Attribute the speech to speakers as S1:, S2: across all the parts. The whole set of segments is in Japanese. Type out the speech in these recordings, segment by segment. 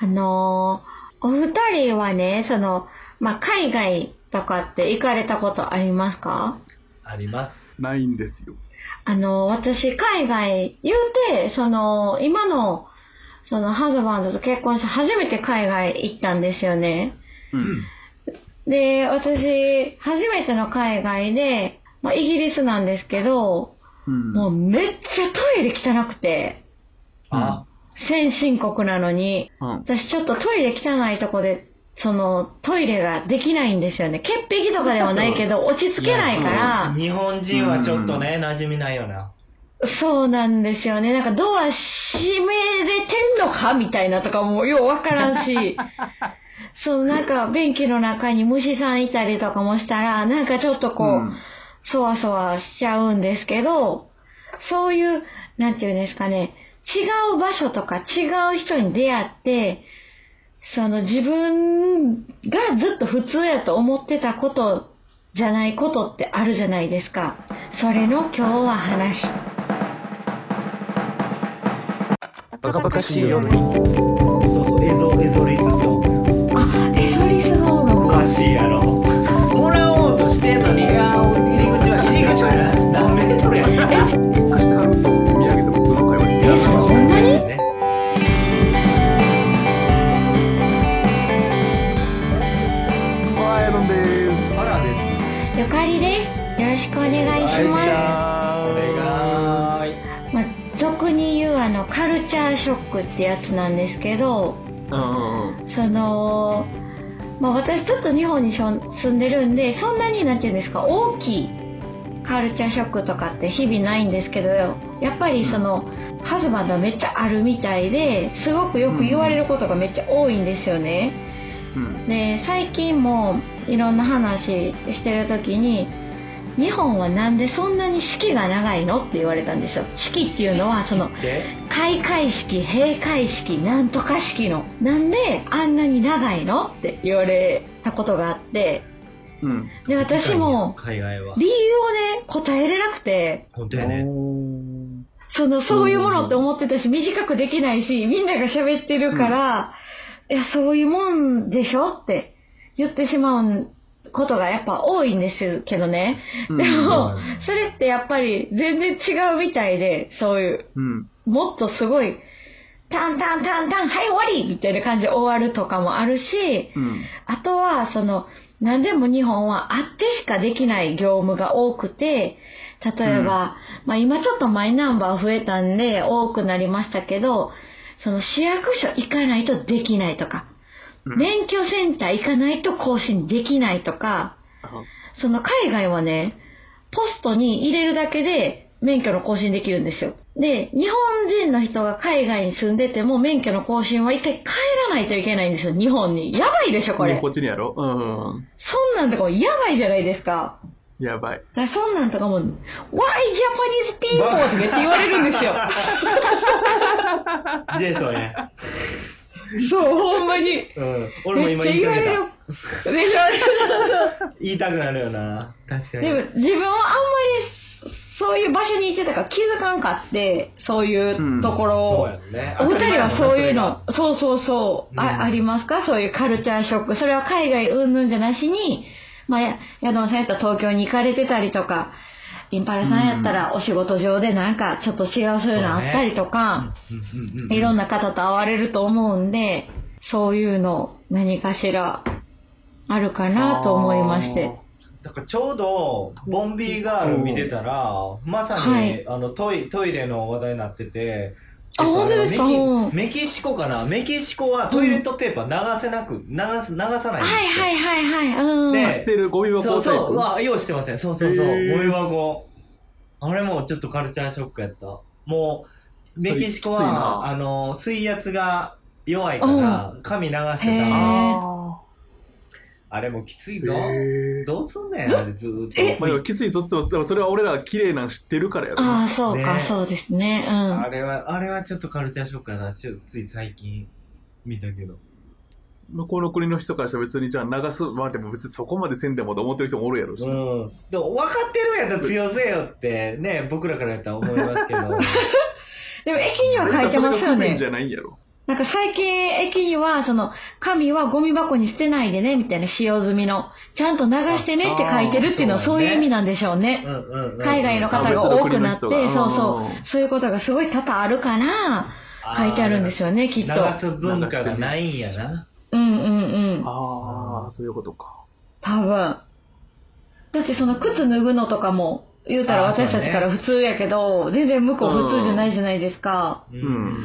S1: あのーお二人はね、その、まあ、海外とかって行かれたことありますか
S2: あります。
S3: ないんですよ。
S1: あの、私、海外、言うて、その、今の、その、ハズバンドと結婚して初めて海外行ったんですよね。
S3: うん。
S1: で、私、初めての海外で、まあ、イギリスなんですけど、
S3: うん。
S1: もうめっちゃトイレ汚くて、
S2: あ、
S1: 先進国なのに、
S3: うん。
S1: 私ちょっとトイレ汚いとこで、そのトイレができないんですよね。潔癖とかではないけど、落ち着けないから、
S2: 日本人はちょっとね、馴染みないよな。
S1: そうなんですよね。なんかドア閉めれてんのかみたいなとかもようわからん し、そうなんか便器の中に虫さんいたりとかもしたら、なんかちょっとこう、
S3: うん
S1: そわそわしちゃうんですけど、そういう、なんていうんですかね、違う場所とか違う人に出会って、その自分がずっと普通やと思ってたことじゃないことってあるじゃないですか。それの今日は話。
S2: バカバカしいよ。そうそう、エゾ、エゾリスの。
S1: あ、エソリスの
S2: お
S1: 論
S2: かしいやろ。もらおうとしてんのに、あー入り口は入り口は何メートルやねん。
S1: え、
S3: 貸してはると、お土産で普通の会話に
S1: え、そんなに
S2: ね
S3: おはようです。
S2: パラです。
S1: ゆかりです。よろしくお願いし
S2: お願いし
S1: ます。
S3: ゃ
S2: お願い。
S1: まあ、俗に言うあの、カルチャーショックってやつなんですけど、
S3: うんうん
S1: その、まあ、私ちょっと日本にしょ住んでるんでそんなになんていうんですか大きいカルチャーショックとかって日々ないんですけどやっぱりその、ハズバンドはめっちゃあるみたいですごくよく言われることがめっちゃ多いんですよね。
S3: うん。
S1: で最近もいろんな話してる時に「日本はなんでそんなに式が長いの?」って言われたんですよ。式っていうのはその
S2: で、
S1: 開会式閉会式なんとか式のなんであんなに長いのって言われたことがあって
S3: うん。
S1: で私も
S2: 海外は。
S1: 理由をね答えれなくて
S2: 本当やね。
S3: うん。
S1: そのそういうものって思ってたし短くできないしみんなが喋ってるから、いやそういうもんでしょって言ってしまうことがやっぱ多いんですけどね
S3: うん
S1: でも
S2: うん
S1: それってやっぱり全然違うみたいでそういう
S3: うん。
S1: もっとすごい、タンタンタンタン、はい終わりみたいな感じで終わるとかもあるし、
S3: うん。
S1: あとは、その、何でも日本はあってしかできない業務が多くて、例えば、まあ今ちょっとマイナンバー増えたんで多くなりましたけど、その市役所行かないとできないとか、
S3: うん
S1: 免許センター行かないと更新できないとか、その海外はね、ポストに入れるだけで免許の更新できるんですよ。で、日本人の人が海外に住んでても免許の更新は一回帰らないといけないんですよ、日本に。やばいでしょ、こ
S3: こ
S1: れ。
S3: れ
S1: そ
S3: こっちにやろうん。
S1: んなんとかもやばいじゃないですか。
S3: やばい。
S1: だからそんなんとかも、Why Japanese people? とかって言われるん ですよ。
S2: ジェイソンや。
S1: そう、ほんまに。
S2: うん。俺も
S1: めっ
S2: 今
S1: ちゃ
S2: 言い
S1: 言
S2: た
S1: わ
S2: け
S1: れ
S2: た
S1: る。。でしょ
S2: 言いたくなるよな。確かに。
S1: でも自分はあんまりそういう場所に行ってたから気づかんかってそういうところを、
S2: そうやんね。
S1: お二人はそういうの
S2: 当
S1: そうそうそう、
S2: うん
S1: あありますかそういうカルチャーショックそれは海外云々じゃなしに、まあ、や宿野さんやったら東京に行かれてたりとかインパラさんやったらお仕事上でなんかちょっと違うそういうのあったりとか、
S2: たり前は忘れない。うんうんうん
S1: いろんな方と会われると思うんでそういうの何かしらあるかなと思いまして。
S2: だからちょうど、ボンビーガール見てたら、まさに、
S1: はい
S2: あのトイトイレの話題になってて、
S1: あ
S2: えっと
S1: 本当ですか
S2: メ
S1: う
S2: キ
S1: ん
S2: メキシコかなメキシコはトイレットペーパー流せなく、流す、流さないんです
S1: はい
S2: って。
S1: はいはいはい。うん。
S2: ね
S3: 捨てるゴミ
S2: そ
S3: 箱
S2: う
S3: タイ
S2: そう、う
S3: プ。
S2: わ、用意してません。そうそうそう、
S3: へー
S2: ゴミ箱。あれもちょっとカルチャーショックやった。もう、
S3: それ
S2: メキシコ
S3: きつい
S2: は、
S3: な
S2: あの、水圧が弱いから、髪流してた
S1: へ
S2: ら、
S1: ー
S2: あれもきついぞ。
S3: えー
S2: どうすんねん、あれずーっ
S1: え
S3: まあ、でも
S2: と。
S3: きついとつっても、でもそれは俺ら綺麗なん知ってるからやろな。
S1: ああ、そうか、
S2: ね
S1: そうですね。うん。
S2: あれは、あれはちょっとカルチャーショックやな。ちょっとつい最近見たけど。
S3: 向こうの国の人からしたら別にじゃあ流す、まあでも別にそこまでせんでもと思ってる人もおるやろう
S2: う
S3: し。
S2: ん。でも分かってるんやったら強せよって、 ね、僕らからやったら思いますけど。
S1: でも、駅には書いてますよ
S3: 不便
S1: ね
S3: じ。ゃないんやろ。
S1: なんか最近駅には、その、紙はゴミ箱に捨てないでね、みたいな使用済みの、ちゃんと流してねって書いてるっていうのは
S2: あそ
S1: そうう
S2: ね
S1: いう意味なんでしょうね。
S2: うんうんうんうん
S1: 海外の方が多くなって、
S3: あ
S1: そう
S3: 別の国の人が
S1: そう
S3: うんうん、
S1: そういうことがすごい多々あるから、書いてあるんですよね、きっ
S2: 流
S1: と。
S2: す文化がないんやな。
S1: うんうんうん。
S3: ああ、そういうことか。
S1: 多分。だってその靴脱ぐのとかも、言うたら
S2: あーそう
S1: 私
S2: ね
S1: たちから普通やけど、全然向こう普通じゃないじゃないですか。
S2: うん
S3: うん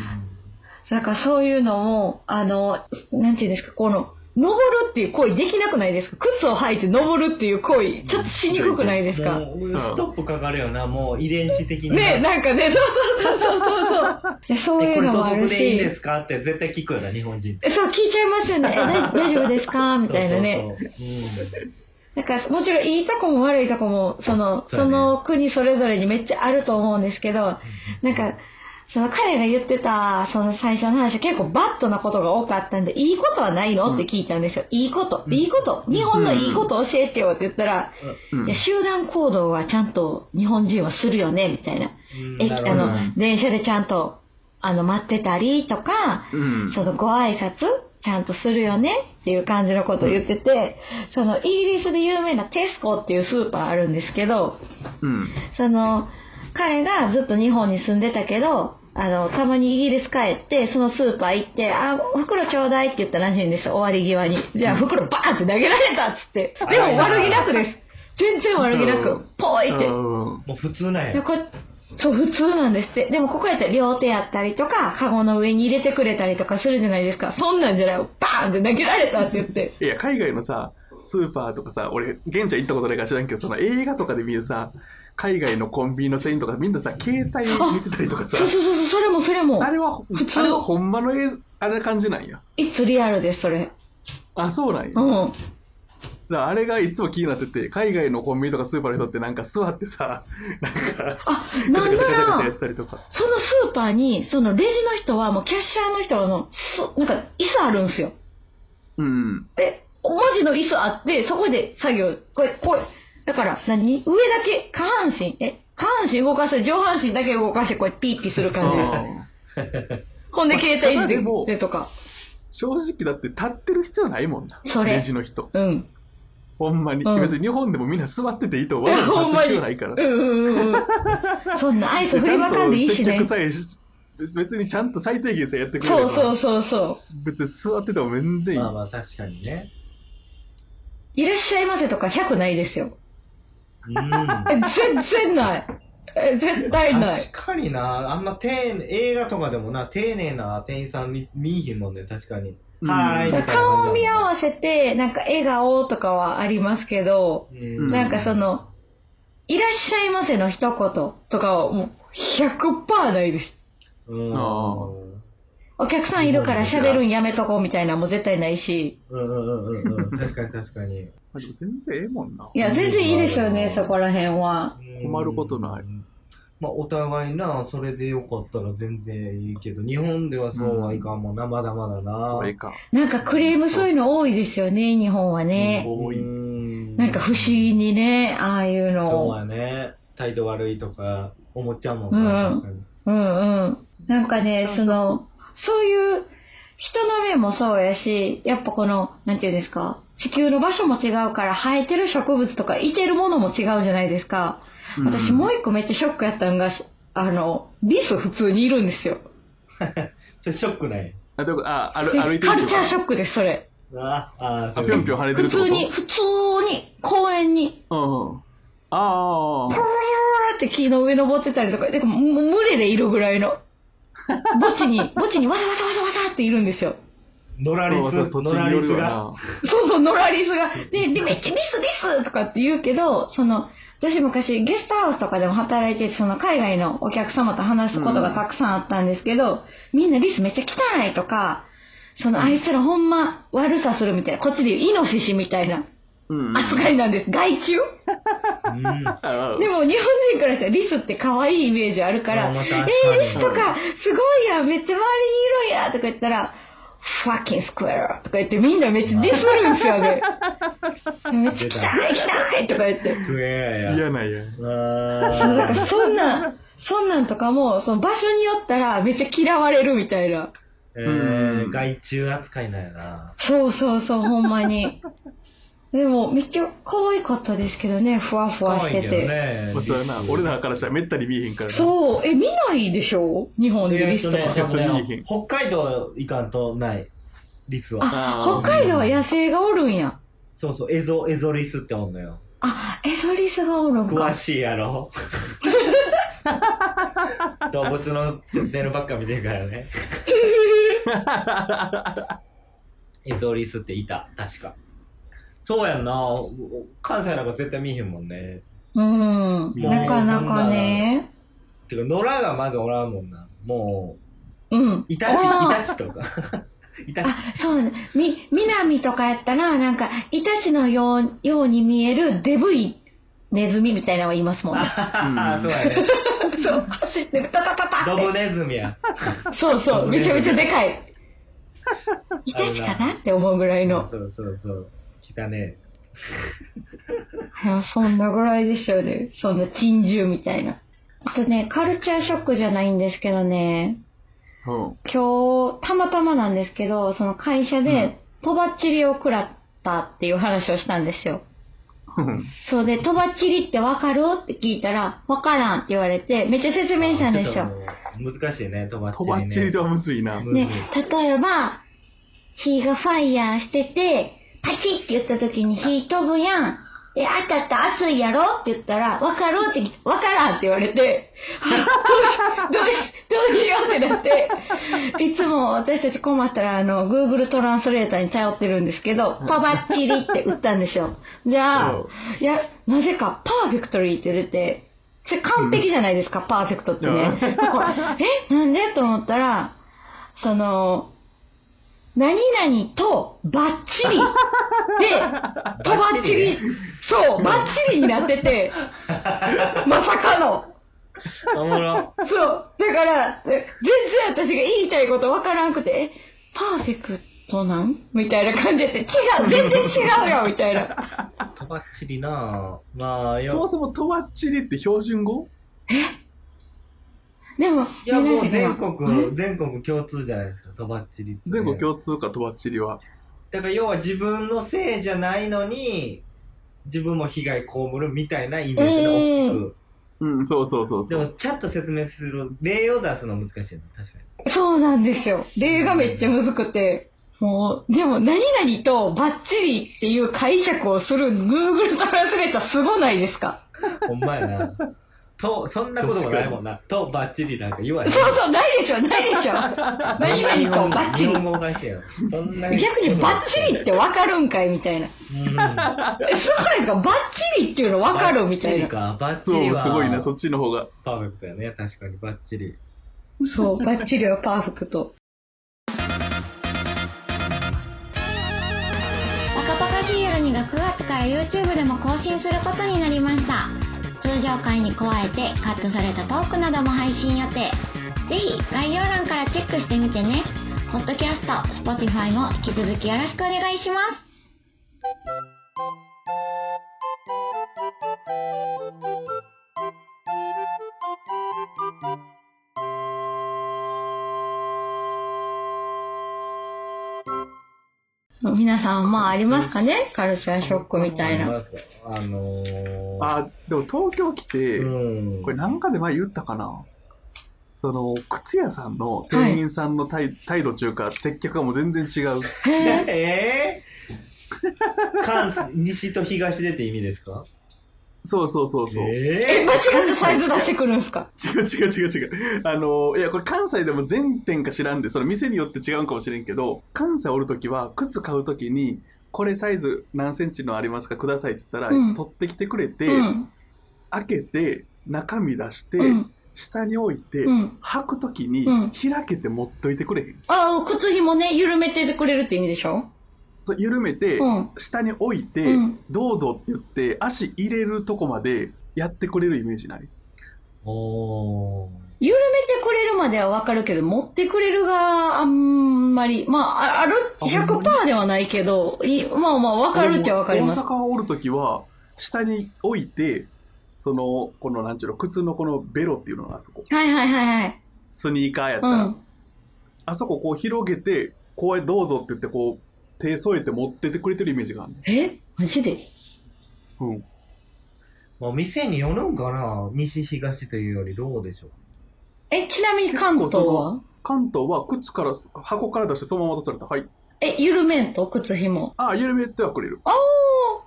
S1: なんかそういうのも、あの、なんていうんですか、この、登るっていう行為できなくないですか靴を履いて登るっていう行為、ちょっとしにくくないですか
S2: もうストップかかるよな、もう遺伝子的にな。
S1: ねなんかね、そうそうそう そうそういや。そう
S2: え
S1: い
S2: こ
S1: う
S2: れ
S1: の
S2: 土
S1: もあ
S2: 足
S1: るし、
S2: でいいんですかって絶対聞くよな、日本人。
S1: そう、聞いちゃいますよね。え、だ大丈夫ですかみたいなね。
S2: そうそうそう。うん
S1: なんか、もちろんいいとこも悪いとこも、その、
S2: そ
S1: そう
S2: やね
S1: の国それぞれにめっちゃあると思うんですけど、なんか、その彼が言ってた、その最初の話は結構バッドなことが多かったんで、いいことはないのって聞いたんですよ。いいこと、いいこと、日本のいいこと教えてよって言ったら、
S3: うん
S1: いや集団行動はちゃんと日本人はするよね、みたいな。
S2: うん
S1: 駅
S2: な
S1: あ
S2: るほど
S3: ね
S1: の、電車でちゃんと、あの、待ってたりとか、
S3: うん。
S1: そのご挨拶ちゃんとするよねっていう感じのことを言ってて、そのイギリスで有名なテスコっていうスーパーあるんですけど、
S3: うん。
S1: その彼がずっと日本に住んでたけど、あの、たまにイギリス帰って、そのスーパー行って、あ、袋ちょうだいって言ったらしいんですよ、終わり際に。じゃあ袋バーンって投げられたっつって。
S2: あら
S1: で
S2: やだ
S1: も悪気なくです。全然悪気な
S3: う
S1: く
S3: ん、
S1: ポーイって。
S3: うん
S2: もう普通なんや
S1: で。こそう普通なんですってでもここやったら両手やったりとかカゴの上に入れてくれたりとかするじゃないですかそんなんじゃないよバーンって投げられたって言って
S3: いや、海外のさ、スーパーとかさ、俺、現地は行ったことないから知らんけど、その映画とかで見るさ、海外のコンビニの店員とかみんなさ、携帯見てたりとか
S1: そ
S3: さ
S1: う、そうそうそうそれもそれも
S3: あれは
S1: 普、通
S3: あれはほんまの絵、あれ感じなんや。
S1: いつリアルですそれ
S3: あ、そうなんや。
S1: う
S3: だ
S1: ん
S3: からあれがいつも気になってて、海外のコンビニとかスーパーの人ってなんか座ってさ、なんか、
S1: あな
S3: ガチャ
S1: ん
S3: ガチ
S1: な
S3: ャガチャガチャや
S1: ら
S3: ってたりとか。
S1: そのスーパーにそのレジの人はもうキャッシャーの人はあのすなんか椅子あるんですよ
S3: うん。
S1: で文字の椅子あってそこで作業これこれだから何上だけ下半身え下半身動かす上半身だけ動かしてこうやってピーピーする感じですかね
S3: うん
S1: ほんで携帯いじ
S3: まあただでも
S1: ってとか。
S3: 正直だって立ってる必要ないもんな。
S1: それ
S3: レジの人。
S1: うん。
S3: ほんまに。
S1: うん
S3: 別に日本でもみんな座ってていいと
S1: い
S3: わ
S1: や
S3: ざ
S1: ほん
S3: わざ 立つ
S1: ま
S3: 必
S1: に。
S3: 要ないから。
S1: うんうんうんうん。そんなアイス振
S3: ち
S1: り
S3: ゃ
S1: ま
S3: ん
S1: かんでいい
S3: と
S1: し
S3: 接
S1: ね。
S3: 客
S1: そ
S3: さえし、別にちゃんと最低限さえやって
S1: う
S3: くれれば、
S1: そうそうそう。
S3: 別に座ってても全然いい。
S2: まあまあ確かにね。
S1: いらっしゃいませとか100ないですよ。
S2: うん
S1: え全然ない。え絶対ない。
S2: 確かにな、あんま丁寧、映画とかでもな、丁寧な店員さん見見いひんもんね、確かに。
S3: うん
S2: はーいみたいな感じだもんな。
S1: 顔を見合わせて、なんか笑顔とかはありますけど、
S2: うん
S1: なんかそ、の、いらっしゃいませの一言とかはもう100%ないです。
S2: うん。
S3: あー
S1: お客さんいるから喋るんやめとこうみたいなのも絶対ないし。
S2: うんうんうんうん うん。確かに確かに。
S3: まあでも全然ええもんな。
S1: いや、全然いいですよね、そこら辺は。
S3: 困ることない
S2: うん。まあ、お互いな、それでよかったら全然いいけど、日本ではそうはいかんもんな、まだまだな。
S3: それか。
S1: なんかクレームそういうの多いですよね、日本はね。
S3: 多い。
S2: い
S1: なんか不思議にね、ああいう
S2: そう
S1: の。
S2: やね。態度悪いとか、思っちゃうもん
S1: うん
S2: 確かに。
S1: うんうん。なんかね、その、そういう人の目もそうやし、やっぱこの、なんていうんですか、地球の場所も違うから生えてる植物とかいてるものも違うじゃないですか。私もう一個めっちゃショックやったのが、あの、リス普通にいるんですよ。
S2: それショックない。
S3: あ、どういうことあ、歩
S1: で
S3: 歩いてる
S1: カ
S3: って
S1: ルチ
S3: こと
S1: ャーショックです、それ。
S2: あ、あ、
S3: あ、ぴょんぴょん跳ねてる
S1: 普
S3: っ
S1: 通
S3: てこと
S1: に、普通に公園に
S3: うんうん。あ
S1: パラ
S3: あ、
S1: パラって木の上登ってたりとか、でももう群れでいるぐらい の。墓地に、墓地にわざわざわざわざっているんですよ。
S2: ノラリ
S3: まあ
S2: ス、
S3: その土地
S2: ノラ
S3: に
S2: リ
S3: よる
S2: ス
S3: よ
S2: が。
S3: な。
S1: そうそう、野良リスが。で、で、めっちゃリスリスとかって言うけど、その、私昔ゲストハウスとかでも働いてて、その海外のお客様と話すことがたくさんあったんですけど、みんなリスめっちゃ汚いとか、そのあいつらほんま悪さするみたいな、こっちで言うイノシシみたいな
S3: うんうん。
S1: 扱いなんです。害虫
S2: うん。あ
S3: あ
S1: でも日本人からしたらリスって可愛いイメージあるから、
S2: また
S1: えー、リス
S2: 確
S1: と
S2: かに。
S1: か、すごいやん、めっちゃ周りにいるんや、とか言ったら、ファッキンスクエアとか言ってみんなめっちゃディスるんですよね。めっちゃ汚い汚いとか言って。
S2: クエアや。
S3: 嫌なんや。
S1: そうだか
S2: あ
S1: らそんなん、そんなんとかも、その場所によったらめっちゃ嫌われるみたいな。
S2: えー
S3: うん
S2: 害虫扱いなんやな。
S1: そうそうそう、ほんまに。でも、めっちゃ可愛かったですけどね、ふわふ
S2: 可
S1: わし
S2: 愛
S1: て
S2: いけ
S1: て。
S2: どね。
S3: まあ、そうやな。俺らからしたらめったに見えへんからな。
S1: そう、え、見ないでしょ日本で
S2: え
S1: リ
S2: っ
S1: ス
S2: と
S1: ト。
S2: ね、
S3: そうそう
S2: でもね北海道行かんとない、リスは。
S1: あ
S3: あ、ー
S1: 北海道は野生がおるんや。
S2: そうそう、エゾ、エゾリスっておんのよ。
S1: あ、エゾリスがおるんか
S2: 詳。しいや ろ。動物のチャンネルばっか見てるから ね。エゾリスっていた、確か。そうやんな。関西なんか絶対見えへんもんね。
S1: うん。
S3: もう
S1: なかなかね。
S2: てか、野良がまずおらんもんな。もう、
S1: うん。
S2: イタチ、
S1: あー
S2: イタチとか。 イタ
S1: あ
S2: チ。、
S1: そうね。み、南とかやったら、なんか、イタチのようように見えるデブいネズミみたいなのがいますもんね。
S2: あ あ、そうやね。
S1: そう、走って、タタタタ
S2: ド
S1: っ
S2: ブ
S1: て。
S2: ネズミや。
S1: そうそ
S2: ド
S1: う、
S2: ブネ
S1: め
S2: ズミ
S1: ちゃめちゃでか い。イタチかなって思うぐらいの。
S2: そうそうそう。来たね。
S1: いや、そんなぐらいでしたよね。そんな珍獣みたいな。あとね、カルチャーショックじゃないんですけどね、
S3: うん。
S1: 今日、たまたまなんですけど、その会社
S3: うん
S1: で、とばっちりを食らったっていう話をしたんですよ。
S3: うん。
S1: そうで、とばっちりってわかるって聞いたら、わからんって言われて、めっちゃ説明したんです
S2: ちょ
S1: よ
S2: っ。ともう難しいね、とばっち
S3: と
S2: り、ね。
S3: ばっちりとはむずいな。
S2: むずい。
S1: ね、例えば、火がファイヤーしてて、パチって言った時に火飛ぶやん。え、あったあった、熱いやろって言ったら、わかろうって、わからんって言われ て、あどうし、どうし、どうしようってなって、いつも私たち困ったら、あの、Google トランスレーターに頼ってるんですけど、パバッチリって打ったんですよ。じゃあ
S3: うん、
S1: いや、なぜか、パーフェクトリーって出て、それ完璧じゃないですか、パーフェクトってね。え、なんでと思ったら、その、何々とバッチリで、とばっちり、そう、バッチリになって て、まさかの。
S2: おもろ。
S1: そう、だから、え全然私が言いたいことわからんくて、え、パーフェクトなんみたいな感じで、違う、全然違うよ、みたいな。
S2: とばっちりなぁ。まあ、よ
S3: そもそもとばっちりって標準語
S1: でも、
S2: いや、もう
S1: 皆さ
S2: 全
S1: んが
S2: 国、全国共通じゃないですか、とばっちりってね、
S3: 全国共通か、とばっちりは。
S2: だから要は自分のせいじゃないのに、自分も被害被るみたいなイメージが大きく。
S3: うん、そうそうそう
S2: で
S3: そ
S2: も、
S3: う。
S2: ちゃんと説明する、例を出すの難しいな、確かに。
S1: そうなんですよ。例がめっちゃむずくて。もう、でも、何々とバッチリっていう解釈をする Google トランスレーターすごないですか
S2: ほんまやな。と、そんなこともないもんな。とばっちりなんか言わへん。
S1: そうそう、ないでしょ、ない でしょ。何々とバッチ
S2: 日
S1: リ
S2: 本。語おかしいやろ。そんな
S1: 逆にバッチリってわかるんかいみたいな。
S2: うん
S1: え、そうなんか、バッチリっていうのわかるみたい
S2: バッチリ
S1: な。
S2: か。バッチリ
S3: そ
S2: は。
S3: う、すごいな、そっちの方が。
S2: パーフェクトやね。確かに、バッチリ。
S1: そう、バッチリはパーフェクト。パカパカヒーローにが9月から YouTube でも更新することになりました。通常回に加えてカットされたトークなども配信予定。ぜひ概要欄からチェックしてみてね。ポッドキャスト、Spotify も引き続きよろしくお願いします。皆さん、まあありますかねカルチャーショックみたい
S2: あり
S1: な。
S2: ますかあのー、
S3: あ、でも東京来て、
S2: うん。
S3: これなんかで前言ったかなその、靴屋さんの店員さんの態,、態度中か、接客がもう全然違
S1: へ
S3: う。
S1: ー
S2: えー、関西、西と東でって意味ですか
S3: そうそうそうそう。
S1: え、
S2: え
S1: 間違ってサイズ出してくるんですか
S3: 違う違う違う違う。あの、いや、これ関西でも全店か知らんで、その店によって違うんかもしれんけど、関西おるときは、靴買うときに、これサイズ何センチのありますかくださいって言ったら、
S1: うん
S3: 取ってきてくれて、
S1: うん。
S3: 開けて、中身出して、
S1: うん。
S3: 下に置いて、
S1: うん。
S3: 履くとき
S1: うん
S3: に、開けて持っといてくれへん。
S1: ああ、靴ひもね、緩めててくれるって意味でしょ
S3: そう緩めて、
S1: うん。
S3: 下に置いて、
S1: うん
S3: どうぞって言って、足入れるとこまでやってくれるイメージない
S2: おー。
S1: 緩めてくれるまではわかるけど、持ってくれるがあんまり、まあ、あある、
S3: あほん
S1: 100%ではないけど、いまあまあ、わかるっちゃわかります
S3: 大。阪おるときは、下に置いて、その、この、なんちゅうの、靴のこのベロっていうのがあそこ。
S1: はいはいはいはい。
S3: スニーカーやった
S1: う
S3: ら、
S1: ん。
S3: あそここう広げて、こうどうぞって言って、こう、手添えて持ってってくれてるイメージがあるね。
S1: えマジで
S3: うん。
S2: まあ、店によるんかな西東というよりどうでしょう
S1: え、ちなみに関東
S3: 結構
S1: は
S3: 関東は靴から、箱から出してそのまま渡された。はい。
S1: え、緩めんと靴紐。
S3: ああ、緩めてはくれる。
S1: おー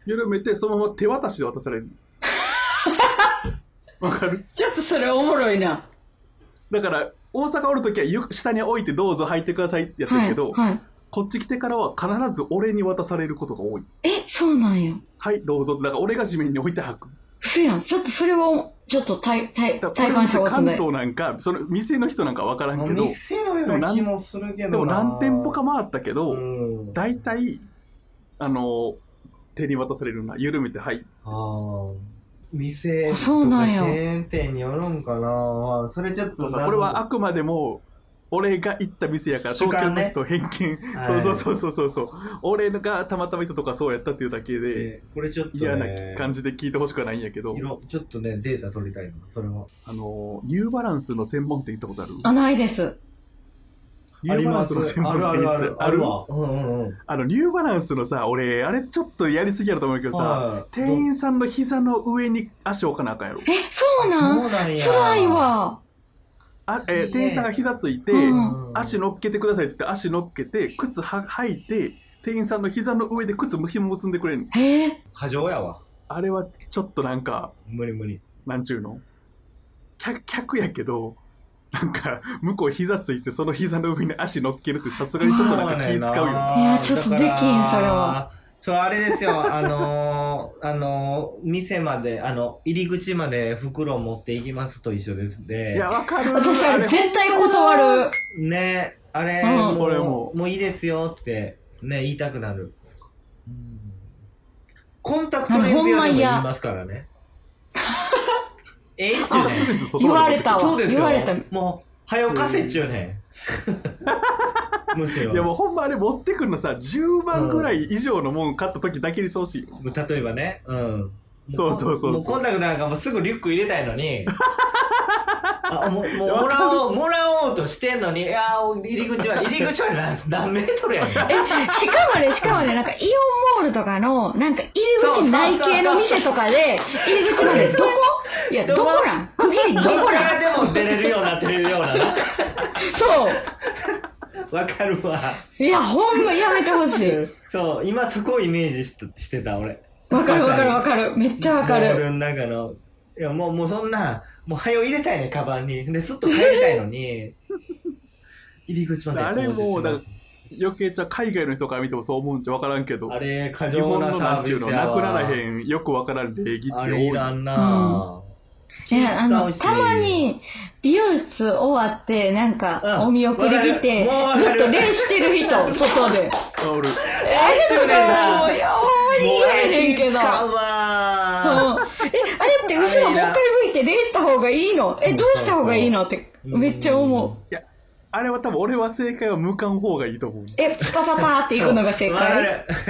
S3: 緩めて、そのまま手渡しで渡 される。わかる
S1: ちょっとそれおもろいな。
S3: だから、大阪おるときはゆ下に置いてどうぞ入ってくださいってやってるけど、
S1: はい、はい。
S3: こっち来てからは必ず俺に渡されることが多い。
S1: え、そうなんや。
S3: はい、どうぞって。だから俺が地面に置いて吐く。
S1: 嘘やん。ちょっとそれは、ちょっと体、体、
S3: だ
S1: 体
S3: からこれ
S1: 感した
S3: 別に
S1: こと
S3: 関
S1: ない。
S3: 東なんか、その店の人なんかわからんけ
S2: まあ
S3: ど、
S2: 店のような気もするけどな
S3: でも何店舗か回ったけど、
S2: うん
S3: 大体、あの、手に渡されるな。緩めて、はい。
S2: あー店とかチ
S1: そうなん
S2: ェ
S1: や
S2: ーン店によるんかなそれちょっと
S3: これはあくまでも、俺が行った店やから、
S2: 主
S3: 東京
S2: 観
S3: の
S2: ね
S3: 人偏見。
S2: は
S3: そう
S2: い
S3: そうそうそうそうそう。俺がたまたま行ったとかそうやったっていうだけで、
S2: えーこれちょっと、ね、
S3: 嫌な感じで聞いてほしくはないんやけど、
S2: 色ちょっとねデータ取りたいなそれは
S3: あの、ニューバランスの専門店行ったことある
S1: あ、ないです。
S3: ニューバランスの専門店行
S2: あるあ
S3: って
S2: るあるわうんうんうん
S3: あの、ニューバランスのさ、俺、あれちょっとやりすぎやろと思うけどさ、
S2: はい
S3: 店員さんの膝の上に足置かなあかんやろ
S1: え。、そうなん
S2: そうなんや
S1: 辛いわ。
S3: あえー
S2: いいね
S3: 店員さんが膝ついて、
S1: うん
S3: 足乗っけてくださいって言って足乗っけて靴は履いて店員さんの膝の上で靴むひも結んでくれんの
S1: えー、
S2: 過剰やわ
S3: あれはちょっとなんか
S2: 無理無理
S3: なんちゅうの客客やけどなんか向こう膝ついてその膝の上に足乗っけるってさすがにちょっとなんか気使うよね
S1: いやちょっとできんそれは
S2: そうあれですよあのーあのー店まであの入り口まで袋を持っていきますと一緒ですで
S3: いやわかる
S1: 私
S3: あ
S1: は
S3: れ
S1: 絶対断る。
S2: ねあれ、
S1: うん
S2: も
S3: 俺
S2: う
S3: も
S2: もういいですよってね言いたくなる、コンタクトレンズ屋でも言いますから ねええっちゅ
S3: コン
S2: う
S3: タク
S2: ね
S3: トレンズ外
S1: 言
S3: ま
S1: わ
S3: で
S1: れ
S3: 持ってく
S1: たわ。
S2: そうです
S1: 言
S2: よ
S1: われた。
S2: もう早よかせっちゅう ねんむしろ
S3: るいやもうほんまあれ持ってくるのさ10万ぐらい以上のもん買った時だけにしてほしいよ
S2: 例えばね、うん。
S3: そうそうそうそう
S2: もうコンタクトなんかもうすぐリュック入れたいの に。あもうもうもらおう、もらおうとしてんのに、いやー入り口は、入り口は何何メートル やねん。
S1: え、しかもね、しかもね、なんかイオンモールとかの、なんか入り口ない系の店とかで、入り口までどこいや、ど
S2: どこ
S1: こなん区切りど
S2: どっ
S1: こ
S2: か
S1: なん
S2: らでも出れるようになってるようなな。
S1: そう。
S2: わかるわ。
S1: いや、ほんまやめてほしい。
S2: そう、今そこをイメージししてた、俺。
S1: わかるわかるわ
S2: る。
S1: かる。めっちゃわか
S2: ボー
S1: る。
S2: ルの中の。いや、もう、もうそんな、もう早よ入れたいねん、カバンに。で、すっと帰りたいの に。入り口まで
S3: あれもうだ
S2: 工事します
S3: 余計じゃあ海外の人から見てもそう思うんじゃわからんけど
S2: あれ、過
S3: 日
S2: 剰
S3: 本
S2: な
S3: の
S2: サ
S3: なん
S2: ー
S3: ちゅ
S2: ビ
S3: う
S2: ス
S3: の
S2: や
S3: な
S2: わ
S3: くならへんよくわからん礼儀って
S2: あ
S3: 多
S2: れい
S3: い
S2: ら
S3: あ
S2: んなぁ。
S1: いや、あの、
S2: 気使うした
S1: まに、美容室終わって、なん
S2: うん
S1: か、お見送り来て、ず
S2: もうわか
S1: っ
S2: る
S1: と礼してる人、外 で。え、あれ
S3: る
S1: とか
S2: 中年だ
S1: もう、いや、ほんまに
S2: もう
S1: 嫌
S2: あ
S1: やね
S2: れ
S1: んけ
S2: 気
S1: ど。
S2: 使う
S1: うんえ、
S2: わ
S1: あれって後ろもう一回向いて礼した方がいいのえ、どうした方がいいのって
S2: ー
S1: めっちゃ思う。
S3: あれは多分俺は正解は向かん方がいいと思う
S1: え、パパパーっていくのが正
S2: わか
S1: 解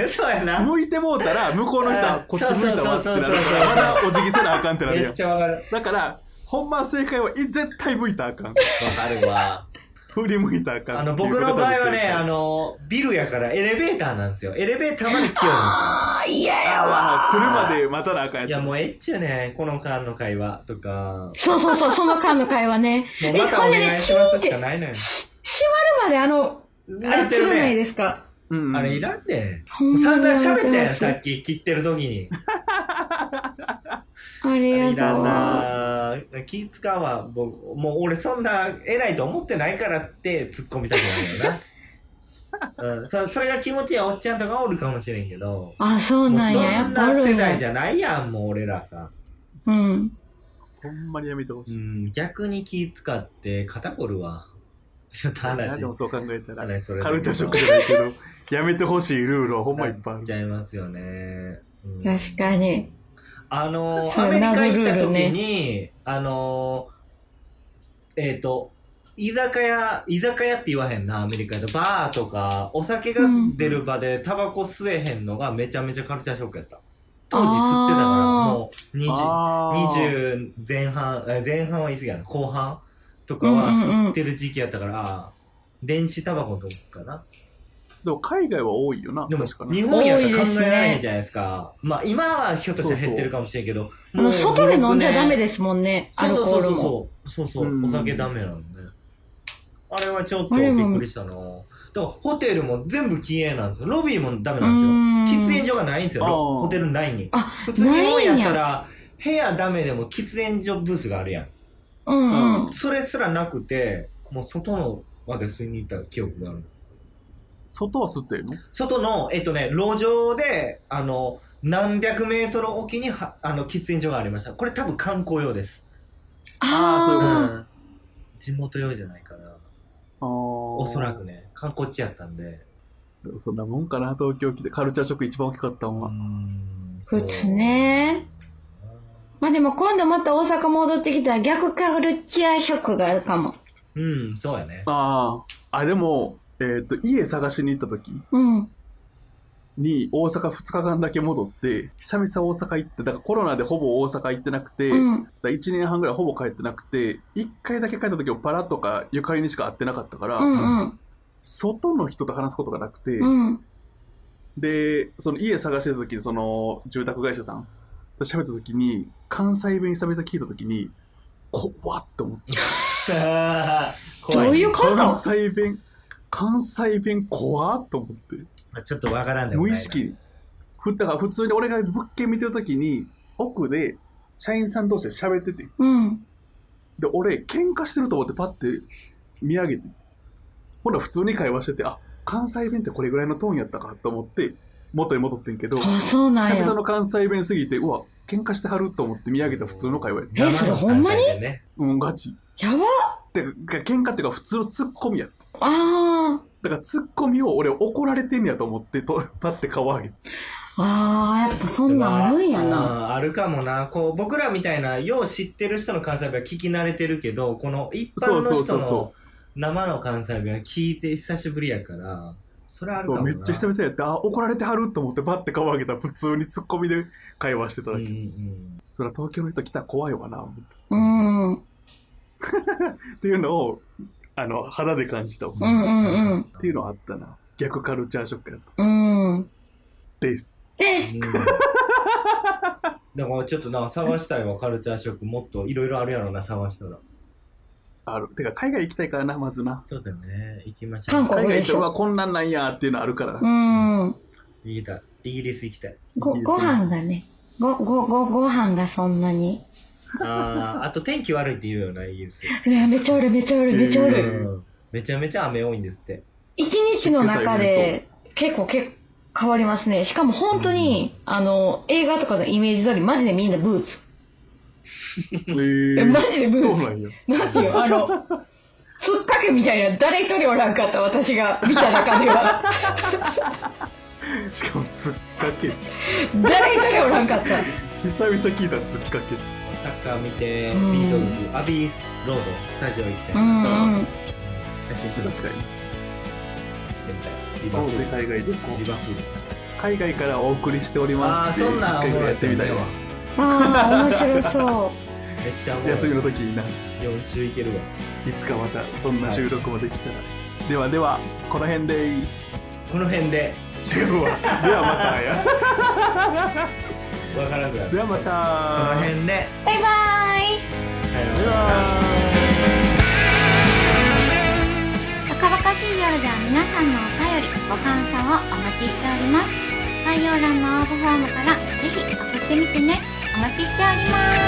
S2: る。 そうやな。
S3: 向いてもうたら向こうの人は
S2: うん
S3: こっち向いたわってなる
S2: そうそうそうそう
S3: まだお辞儀せなあかんってなる
S2: め
S3: や
S2: っ
S3: ん
S2: ちゃわかる。
S3: だからほんまは正解はい絶対向いたらあかん
S2: わかるわ。
S3: 振り向いたらあかん
S2: あの、僕の場合はね、あ
S3: の
S2: の、ビルやからエレベーターなんですよ。エレベーターまで器用なん
S1: あー、嫌やわ。
S3: あー来るまで待たなあかん
S2: で
S3: や
S2: すよ。いや、
S3: つ
S2: もうえっちゅうね、この間の会話とか。
S1: そうそうそう、その間の会話ね。
S2: も
S1: え、
S2: うまた
S1: ほ
S2: お
S1: んで
S2: 願
S1: ね、
S2: い
S1: チ
S2: し
S1: ーン
S2: ま
S1: って
S2: すし
S1: 閉
S2: か
S1: まる
S2: ないのよ。
S1: まであの、あ
S2: な
S1: れ
S2: っ
S1: 切
S2: てる
S1: らない
S2: ね。
S1: ですか。
S3: うんうん
S2: あれいらんね。
S1: ほんま
S2: 散
S1: に
S2: 々
S1: やめ
S2: 喋
S1: て
S2: ったやん、
S1: ほ
S2: さっき切ってる時に。
S1: しいあれや
S2: いら
S1: だ
S2: ん
S1: わ。
S2: なぁ気使うわ。僕もう俺そんな偉いと思ってないからって突っ込みたくなるよ な。うん、そそれが気持ちいいおっちゃんとかおるかもしれんけど。
S1: あ、そう
S2: もう
S1: なん
S2: そ
S1: や。や
S2: ん
S1: っぱあ
S2: な
S1: る
S2: 世
S1: ん
S2: 代じ
S1: や。
S2: ゃないやん、もう俺らさ。
S1: うん。
S3: ほんまにやめてほ
S2: う
S3: しい
S2: ん、逆に気使って肩こるわ。ちょっと
S3: な
S2: 話
S3: んでもそう考えたら
S2: 話それ
S3: カルチャーショックじゃないけどやめてほしいルールはほんまいっぱいあ
S2: な
S3: る
S2: っちゃいますよね。うん
S1: 確かに。
S2: あのー、
S1: そ
S2: ア
S1: う
S2: メリカ行った時
S1: 謎ルール
S2: に、あのー、えっ、と、居酒屋、居酒屋って言わへんな、アメリカやと。バーとか、お酒が出る場でタバコ吸えへんのがめちゃめちゃカルチャーショックやった。当時吸ってたから、
S1: あー
S2: もう20、
S3: あ
S2: 20
S3: ー
S2: 前半、え前半は言い過ぎやな、後半とかは
S1: うんうんうん
S2: 吸ってる時期やったから、あー電子タバコのとこかな。
S3: でも海外は多いよな。
S2: でも、
S3: 確かに。
S2: 日本やったら考えられへんじゃないですか。まあ、今はひょっとしたら減ってるかもしれんけど。
S1: あの、外で飲んじゃダメ
S2: で
S1: ですもんね。ア
S2: そう
S1: ル
S2: そ
S1: コー
S2: うそう
S1: ル
S2: そう
S1: も。
S2: そう。そうそう
S3: うん
S2: お酒ダメなのね。あれはちょっとびっくりしたな。だから、ホテルも全部禁煙なんですよ。ロビーもダメなんですよ。喫煙
S1: 所。
S2: 所がないんですよ、
S3: あー
S2: ホテル内に。
S1: あ、
S2: 普通日本や
S1: ないん
S2: ったら、部屋ダメでも喫煙所ブースがあるやん。
S1: うんうん。
S2: それすらなくて、もう外のまで吸いに行った記憶がある。
S3: 外は吸ってんの
S2: 外の、えっとね、路上で、あの、何百メートルおきにはあの喫煙所がありました。これ多分観光用です。
S3: あーそういうこと
S1: あ
S2: ん地元用じゃないかな。
S3: ああ。
S2: おそらくね、観光地やったんで。
S3: そんなもんかな、東京来て。カルチャーショック一番大きかったの
S2: うー
S3: は。
S2: ん
S1: そうですね。あ。まあでも今度また大阪戻ってきたら逆カルチャーショックがあるかも。
S2: うん、そうやね。
S3: ああ。あ、でも、えっ、と、家探しに行った時
S1: うん。
S3: に大阪2日間だけ戻って、久々大阪行って、だからコロナでほぼ大阪行ってなくて、
S1: うん。
S3: だ1年半ぐらいほぼ帰ってなくて、1回だけ帰った時はパラとかゆかりにしか会ってなかったから、
S1: うんうん。
S3: 外の人と話すことがなくて、
S1: うん。
S3: で、その家探してた時に、その住宅会社さんと喋った時に、関西弁久々聞いた時に、怖っと思って。
S1: ど
S2: 怖
S1: ういう
S2: ね
S1: こと
S3: 関西弁、関西弁怖っと思って。
S2: ちょっとわからんでも
S3: 無
S2: ない
S3: 意
S2: な。
S3: 識に。ふだから普通に俺が物件見てる時に、奥で社員さん同士で喋ってて、
S1: うん。
S3: で、俺、喧嘩してると思ってパッて見上げて、ほら普通に会話してて、あ、関西弁ってこれぐらいのトーンやったかと思って、元に戻ってんけど、
S1: あ、そうなん
S3: 久
S1: や
S3: 々。の関西弁すぎて、うわ、喧嘩してはると思って見上げた普通の会話や。
S1: えそれほんまに
S2: 生の関西弁ね
S3: うん、ガチ。
S1: やば
S3: てか、喧嘩っていうか普通のツッコミやった。
S1: あ
S3: だからツッコミを俺怒られてんやと思って、とパッて顔上げて。
S1: あ。ああ、やっぱそんなんあるんやな。
S2: うんあるかもなこう僕らみたいなよう知ってる人の関西弁は聞き慣れてるけどこの一般の
S3: そうそう
S2: 人
S3: そう
S2: の
S3: そ
S2: 生の関西弁は聞いて久しぶりやからそれはあるか
S3: そ
S2: もな
S3: う、めっちゃ久々やって、あ、怒られてはると思ってパッて顔上げたら普通にツッコミで会話してただ
S2: う
S3: け。
S2: んうん
S3: そりゃ東京の人来たら怖いわな、思って。
S1: うん。うん
S3: っていうのをあの肌で感じた、
S1: う
S3: っ
S1: んうん
S3: ていうのはあったな逆カルチャーショックやった
S1: うん。うん。
S3: です
S1: で、
S2: うんだからちょっとな探したいわカルチャーショックもっといろいろあるやろな探したら
S3: あるてか海外行きたいからなまずな
S2: そうですよね行きましょう
S1: 韓
S3: 海
S1: 国
S3: 外行ってうわこんなんなんやっていうのあるから、
S1: うん。
S2: 行きたいイギリス行きた い
S1: ご、
S3: いいですね
S1: ご飯がね。ご、ご、ご、ご飯がそんなに。
S2: あーあと天気悪いって言うよなイギリス
S1: うわ、めっちゃおる、めっちゃおる、めっちゃお
S3: え
S1: る。
S3: ー
S2: うんめちゃめちゃ雨多いんですって
S1: 一日の中で、結構、結構変わりますね。しかも本当に、あの、映画とかのイメージ通り、マジでみんなブーツ。
S3: え
S1: え、マ
S3: ー、
S1: ジでブーツ。
S3: そうなんや
S1: なんていうあの、つっかけみたいな、誰一人おらんかった、私が見た中では。
S3: しかもつっかけ
S1: 誰一人おらんかった。
S3: 久々聞いたつっかけ
S2: サッカー見て、
S1: う
S2: ビ
S1: ん
S2: ートルズ、アビーロード、スタジオ行きたい。
S1: うんうん。
S2: 写真撮って
S3: 確かに
S2: みたい。リバ
S3: 神
S2: プ
S3: 戸
S2: ー
S3: 海外旅行
S2: ル。リバプール。
S3: 海外からお送りしており
S2: あ
S3: ま
S2: あ、
S3: すって
S2: そんなん
S3: 一回ぐらいやってみたいわ、
S2: わ。
S1: ああ、面白そう。
S2: めっちゃおもろい
S3: 休みの時にな
S2: 4週行けるわ。
S3: いつかまたそんな収録もできたら、ではではこの辺で違
S2: この辺で、
S3: うわではまたや
S2: わからなくな
S3: で
S2: る。
S3: はまた
S2: この辺で、
S1: バイバイ
S2: さよう
S3: で
S2: なら。
S3: は
S4: 若々しい夜では皆さんのお便り、ご感想をお待ちしております。概要欄の応募フォームからぜひ送ってみてね。お待ちしております。